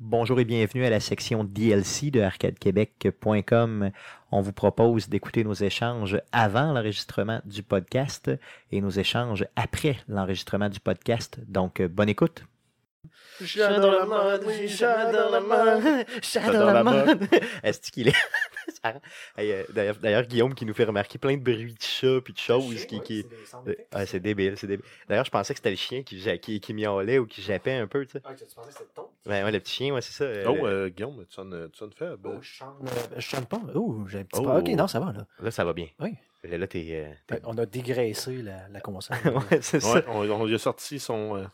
Bonjour et bienvenue à la section DLC de arcadequebec.com. On vous propose d'écouter nos échanges avant l'enregistrement du podcast et nos échanges après l'enregistrement du podcast. Donc, euh, bonne écoute. J'adore la mode, oui, j'adore la mode, j'adore la mode. Est-ce qu'il est... Hey, euh, D'ailleurs, d'ailleurs, Guillaume qui nous fait remarquer plein de bruits de chats puis de choses. qui, qui- Euh, ouais, c'est débile, c'est débile. D'ailleurs, je pensais que c'était le chien qui, ja- qui, qui miaulait ou qui jappait un peu, tu sais. Ben, Ah, tu pensais que c'était ton? Ouais, ouais, le petit chien, ouais, c'est ça. euh, Oh, euh, Guillaume, tu sonnes, tu sonnes faible. Oh, je chante. Euh, Je chante pas. Oh, j'ai un petit Oh. peu. Ok, non, ça va, là. Là, ça va bien. Oui. Là, là, t'es... euh, t'es- On a dégraissé la, la console. ouais, c'est ça. Ouais, on, on lui a sorti son, euh,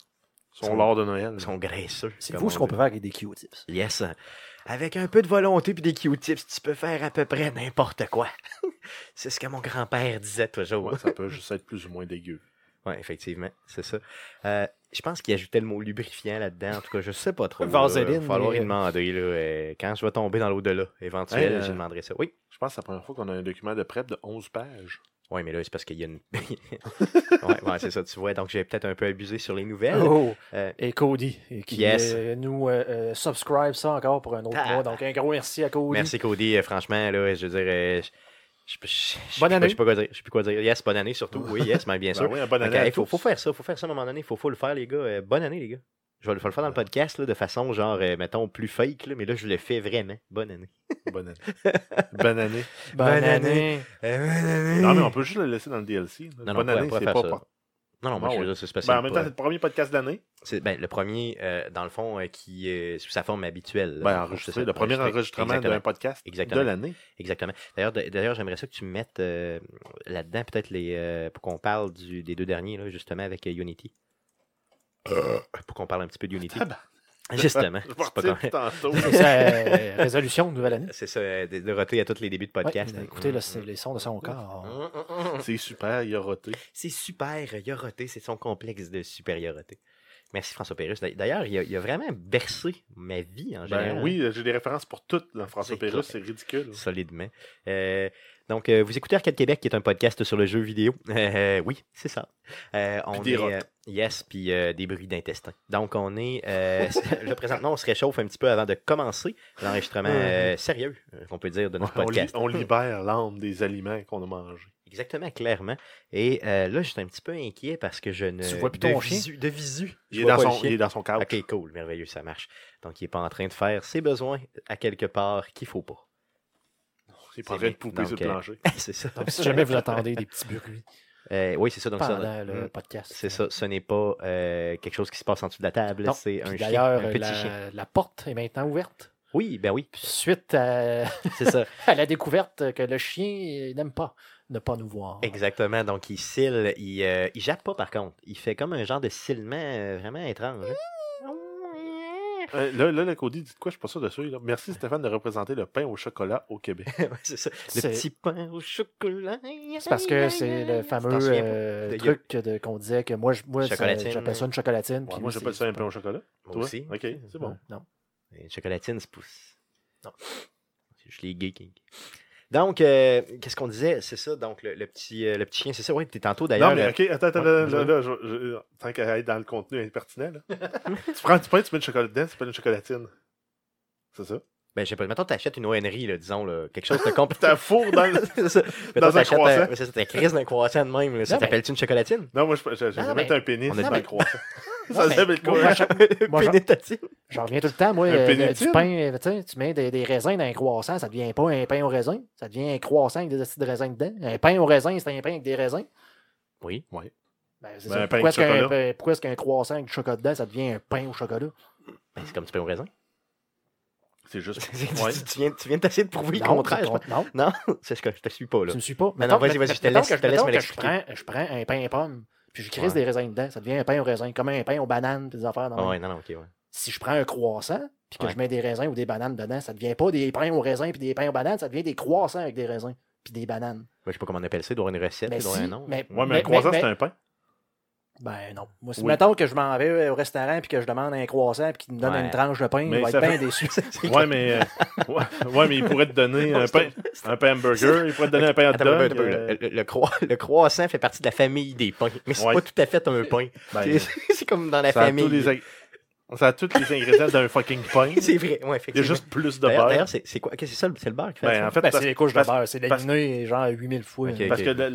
son, Son- lard de Noël. Ils sont graisseux. C'est comme fou on ce qu'on dit. peut faire avec des Q-tips. Yes. Avec un peu de volonté puis des Q-tips, tu peux faire à peu près n'importe quoi. c'est ce que mon grand-père disait toujours. Ouais, ça peut juste être plus ou moins dégueu. Ouais, effectivement, c'est ça. Euh, je pense qu'il ajoutait le mot lubrifiant là-dedans. En tout cas, je sais pas trop. Il va Vaseline, falloir mais- y demander. Là, euh, quand je vais tomber dans l'au-delà, éventuel, Hey, euh, je demanderai ça. Oui. Je pense que c'est la première fois qu'on a un document de prep de 11 pages. Oui, mais là, c'est parce qu'il y a une. ouais, ouais, c'est ça, tu vois. Donc, j'ai peut-être un peu abusé sur les nouvelles. Oh, Euh, et Cody, et qui Yes. euh, nous euh, euh, subscribe ça encore pour un autre Ah. mois. Donc, un gros merci à Cody. Merci, Cody. Euh, franchement, là, je veux dire. euh, je- je- je- je- je- Bonne je- année. Je sais pas quoi dire. Je sais plus quoi dire. Yes, bonne année surtout. Oui, yes, mais bien Ben sûr. oui, bonne Il année à faut, tous. faut faire ça, faut faire ça à un moment donné, faut, faut le faire, les gars. Euh, bonne année, les gars. Je vais le, faut le faire dans le podcast là, de façon genre, euh, mettons, plus fake, là, mais là, je le fais vraiment. Bonne année. Bonne année. bonne année. Bonne, Bonne année. Eh, Non, mais on peut juste le laisser dans le DLC. là. Non, non, bonne on pourrait- année, on pourrait c'est faire pas... ça. par- Non, non, moi, Ah je veux ouais. dire, c'est spécial. euh, Ben, en même temps, c'est le premier podcast de l'année. c'est ben, le premier, euh, dans le fond, euh, qui est sous sa forme habituelle. là. Ben, C'est enregistré, ça, le premier enregistré. enregistrement d'un Exactement. podcast Exactement. de l'année. Exactement. D'ailleurs, d- d'ailleurs, j'aimerais ça que tu mettes euh, là-dedans, peut-être, les euh, pour qu'on parle du- des deux derniers, là, justement, avec euh, Unity. Euh. Pour qu'on parle un petit peu d'Unity. Tabarnak. Justement. Je vais c'est pas partir grave. tantôt. C'est sa euh, résolution de nouvelle année. C'est ça, euh, de- de roter à tous les débuts de Ouais, ben, podcast. hein. écoutez, là, Mm, c'est les sons de son corps. Mm, mm, mm. C'est super, il a roté. C'est supériorité, c'est son complexe de supériorité. Merci François Pérus. D'a- D'ailleurs, il, a- il a vraiment bercé ma vie en général. Ben oui, j'ai des références pour toutes dans François C'est Pérus, clair. c'est ridicule. Solidement. Euh, donc, euh, vous écoutez Arcade Québec, qui est un podcast sur le jeu vidéo. Euh, oui, c'est ça. Euh, on des est, rottes. euh, yes, puis euh, des bruits d'intestin. Donc, on est. euh, là, présentement, on se réchauffe un petit peu avant de commencer l'enregistrement euh, sérieux, euh, qu'on peut dire, de notre Ouais, on, li- podcast. on libère l'âme des aliments qu'on a mangés. Exactement, clairement. Et euh, là, je suis un petit peu inquiet parce que je ne. Tu vois plus de ton visu, De visu. je Il est, vois dans pas le son, chien. il est dans son couch. Ok, cool, merveilleux, ça marche. Donc, il n'est pas en train de faire ses besoins à quelque part qu'il faut pas. Il est pas en train de bien. pouper sur Donc, le euh, plancher. c'est ça. Donc, si jamais vous l'attendez, des petits bruits Euh, oui, c'est ça. Donc, ça- pendant le Mm. podcast. C'est ça, ce n'est pas euh, quelque chose qui se passe en dessous de la table, Non. c'est Puis un, chien, D'ailleurs, un petit chien. la, la porte est maintenant ouverte. Oui, ben oui, Puis Suite à, c'est ça, à la découverte que le chien n'aime pas ne pas nous voir. exactement. Donc, il cille, il, euh, il jappe pas par contre, il fait comme un genre de cilement euh, vraiment étrange. hein. Euh, là, là, là, Cody, dites quoi, je suis pas sûr de ça. là. Merci Stéphane de représenter le pain au chocolat au Québec. Ouais, c'est ça, le C'est- petit pain au chocolat. C'est parce que c'est hein. le fameux chien, euh, de- truc de- qu'on disait que moi, je- moi ça- Chocolatine. j'appelle ça une chocolatine. Moi, puis moi, c'est- euh, j'appelle ça un pain au chocolat. Moi Toi? aussi. Ok, c'est bon. Non. Une chocolatine se pousse. Non. Je l'ai gay, King. Donc, euh, qu'est-ce qu'on disait? C'est ça, donc le, le petit, euh, le petit chien, c'est ça. Oui, t'es tantôt d'ailleurs. Non, mais euh, ok, attends, attends, ouais, là, là, vas-y. là, je- je- tant qu'à être dans le contenu impertinent, là. tu prends du pain, tu mets du chocolat dedans, tu mets une chocolatine. C'est ça? Ben, je sais pas, mettons, t'achètes une ONRI, là, disons, là, quelque chose de complètement. T'as four dans le. c'est ça. Mettons, un t'achètes un- croissant. C'est ça, t'as crise d'un croissant de même, là. Ça Non, mais- t'appelle-tu une chocolatine? Non, moi, je- je- j'ai Non, jamais mais- été un pénis On est dans pas- le croissant. Ouais, Ça s'appelle mais- moi, quoi? je- Moi, j'en- Pénétatine. J'en reviens tout le temps, moi, Un euh, le- pénétine. du pain, euh, tu sais, tu mets des, des raisins dans un croissant, ça devient pas un pain au raisin, ça devient un croissant avec des acides de raisin dedans. Un pain au raisin, c'est un pain avec des raisins. Oui. Ben, c'est Ben, ça. un pain Pourquoi avec est-ce qu'un chocolat. pain- pourquoi est-ce qu'un croissant avec du chocolat dedans, ça devient un pain au chocolat? Ben, c'est comme tu peux au raisin. C'est juste. Tu- Ouais. tu, tu viens, tu viens de t'essayer de prouver le Non, contraire. je non, non, pense. C'est ce que je te suis pas, là. tu me suis pas. Mais non, Mettons- vas-y, vas-y, je te mettons laisse- que je te laisse me mettons que je l'expliquer. prends, je prends un pain à pomme, puis je crisse Ouais. des raisins dedans, ça devient un pain au raisin, comme un pain aux bananes, puis des affaires. dans le Ah même. ouais, non, non, ok, ouais. si je prends un croissant puis que Ouais. je mets des raisins ou des bananes dedans, ça devient pas des pains aux raisins puis des pains aux bananes, ça devient des croissants avec des raisins puis des bananes. Moi, je sais pas comment on appelle ça, il doit y avoir une recette, Mais il doit y Ben, si, avoir un nom. mais, Ouais, mais, mais- un croissant, mais- c'est un pain. Ben non. Moi, si Oui. mettons que je m'en vais euh, au restaurant puis que je demande un croissant puis qu'il me donne Ouais. une tranche de pain, Mais je vais ça être bien fait- déçu. Ouais, mais. euh, ouais, ouais, mais il pourrait te donner un pain, un pain hamburger, il pourrait te donner un pain hot Attends, un peu, dog. un peu, euh, le, le- le croi- le croissant fait partie de la famille des pains, mais c'est Ouais. pas tout à fait un pain. ben, C'est- c'est comme dans la ça a famille. tous les ag- Ça a tous les ingrédients d'un fucking pain. C'est vrai, ouais, Il y a effectivement. juste plus de D'ailleurs, beurre. d'ailleurs, c'est c'est quoi Qu'est-ce que c'est ça, le- c'est le beurre qui fait Ben, ça? en fait, Ben, parce- c'est les couches de parce- beurre. C'est parce- laminé, genre 8000 fois. Ok. là. Parce que la-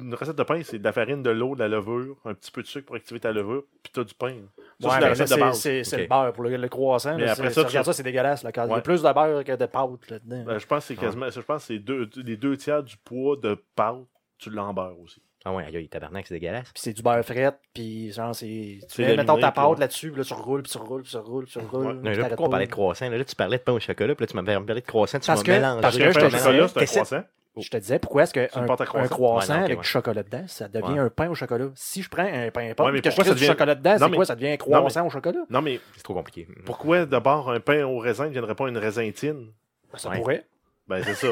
une recette de pain, c'est de la farine, de l'eau, de la levure, un petit peu de sucre pour activer ta levure, puis t'as du pain. Ça, Ouais, c'est la mais ça, recette de c'est base. c'est- c'est Ok. le beurre pour le, le croissant. Mais là, après c'est- ça, tu regardes tu- ça, c'est dégueulasse. là, quand Il y Ouais. a plus de beurre que de pâte là-dedans. Ben, je pense que c'est quasiment. Je pense que c'est deux, les deux tiers du poids de pâte, tu l'embeurres aussi. Ah ouais, aïe, aïe, tabarnak, c'est dégueulasse. Puis c'est du beurre fret, puis genre, c'est. Tu C'est mets, mettons, laminé, ta puis pâte ouais. là-dessus, puis là, tu roules, puis tu roules, puis tu roules, puis tu roules. Ouais. puis Non, là, t'arrêtes pourquoi on pas. parlait de croissant? Là, Là, tu parlais de pain au chocolat, puis là, tu m'avais parlé de croissant, tu Parce m'as que- mélangé. Parce parce que que je pain au te chocolat, c'est un T'essaies- croissant. Je te disais, pourquoi est-ce C'est qu'un une un pâte à croissant. croissant, Ouais, non, ok, avec ouais. du chocolat dedans, ça devient Ouais. un pain au chocolat? Si je prends un pain Ouais, pâte, mais que pourquoi je fais ça du devient- chocolat dedans, Non, c'est mais- quoi? Ça devient un croissant au chocolat? Non, mais C'est trop compliqué. pourquoi d'abord un pain au raisin ne viendrait pas une raisintine Ça Ouais. pourrait. Ben, c'est ça.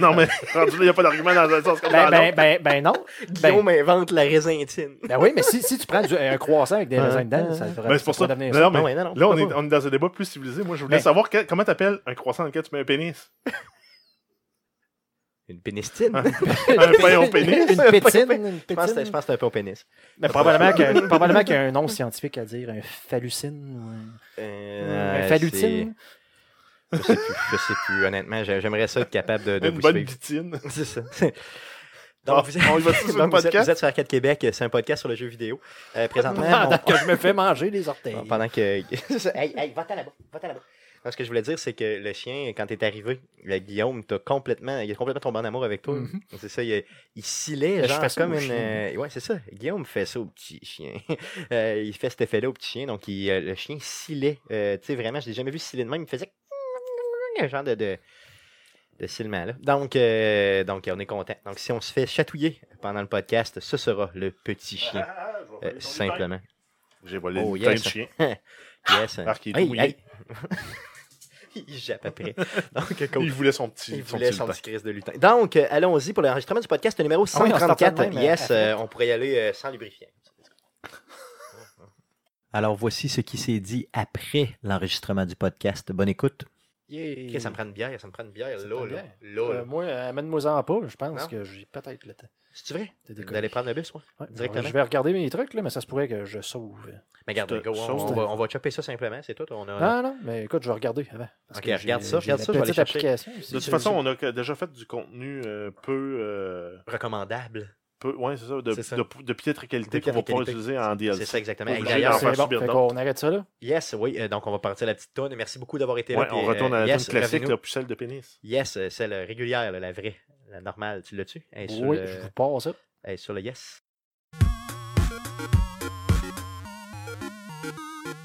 non, mais rendu là, il n'y a pas d'argument dans un sens comme Ah, dans Ben, ben, l'autre. ben, ben non. Ben, invente la résintine. ben oui, mais si, si tu prends du- un croissant avec des raisins dedans, ça devrait Ben, c'est pour ça. pourrait devenir Non, Non, mais mais non, non, Là, on est, pourquoi on est dans un débat plus civilisé. Moi, je voulais Ben. savoir que- comment t'appelles un croissant dans lequel tu mets un pénis. Une pénistine. Ah, Un pain au pénis. Une pétine, une Je pense que pétine. je pense que c'est un peu au pénis. Mais probablement que- probablement qu'il y a un nom scientifique à dire, un phallucine. ou un- Euh, un phallutine. c'est- Je sais plus, je sais plus. Honnêtement, j'ai- j'aimerais ça être capable de, de Une Ben, vous bonne suivre. bitine. C'est ça. Bon, Donc, vous, êtes, on y va-tu sur le donc, vous êtes- podcast? vous êtes sur Arcade Québec, c'est un podcast sur le jeu vidéo. Euh, présentement, Pendant mon- que je me fais manger les orteils. Bon, pendant que. C'est ça. hey, hey, va-t'en là-bas, va-t'en là-bas. Non, ce que je voulais dire, c'est que le chien, quand t'es arrivé, le Guillaume, t'as complètement, il est complètement tombé en amour avec toi. Mhm. C'est ça, il, il scillait, Je genre, fais ça comme aux une. chiens. euh, ouais, c'est ça. Guillaume fait ça au petit chien. Euh, il fait cet effet-là au petit chien. Donc, il, euh, le chien scillait. Euh, tu sais, vraiment, je l'ai jamais vu sciller de même. Il faisait un genre de. de de scillement, là. Donc, euh, donc, on est content. Donc, si on se fait chatouiller pendant le podcast, ce sera le petit chien, Ah, euh, simplement. J'ai volé Oh, le yes. teint de chien. Yes. Marc, il est Hey, tout mouillé. hey. il jappe après. Donc, cool. Il voulait son petit, Il son voulait petit son lutin. petit crise de lutin. Donc, euh, allons-y pour l'enregistrement du podcast numéro Ah oui, on s'entend 134. même, euh, yes, à euh, on pourrait y aller euh, sans lubrifiant. Alors, voici ce qui s'est dit après l'enregistrement du podcast. Bonne écoute. Yeah. ça me prend une bière, ça me prend une bière. Ça Là, prend là. Là, bien. là. Euh, moi, amène-moi-en pas, je pense Non? que j'ai peut-être le temps. C'est-tu vrai? de décoller. D'aller prendre le bus, moi? Ouais, directement. Je vais regarder mes trucs, là, mais ça se pourrait que je sauve. Mais regarde, C'est- go, on, ça, on c'est- va, on va chopper ça simplement, c'est tout. On a... Hein? Non, non, mais écoute, je vais regarder avant. parce Ok, que regarde j'ai- ça, j'ai regarde la ça, je vais aller petite chercher. application aussi. De toute façon, on a que- déjà fait du contenu euh, peu, euh, Recommandable. peu- ouais, c'est ça, de, C'est ça. De, de piètre qualité De qu'on va piètre pouvoir qualité. utiliser en DLC. C'est ça exactement. Obligé Et C'est d'ailleurs, d'ailleurs, d'en faire bon, subir fait d'autres. qu'on arrête ça là. Yes, oui. euh, donc, on va partir la petite tonne. Merci beaucoup d'avoir été Ouais, là. on puis, retourne euh, à la yes, tune classique, revenez-nous. là, puis celle de pénis. Yes, euh, celle euh, régulière, là, la vraie, la normale. Tu l'as-tu? Elle est sur Oui, le- je vous passe ça. elle est sur le yes.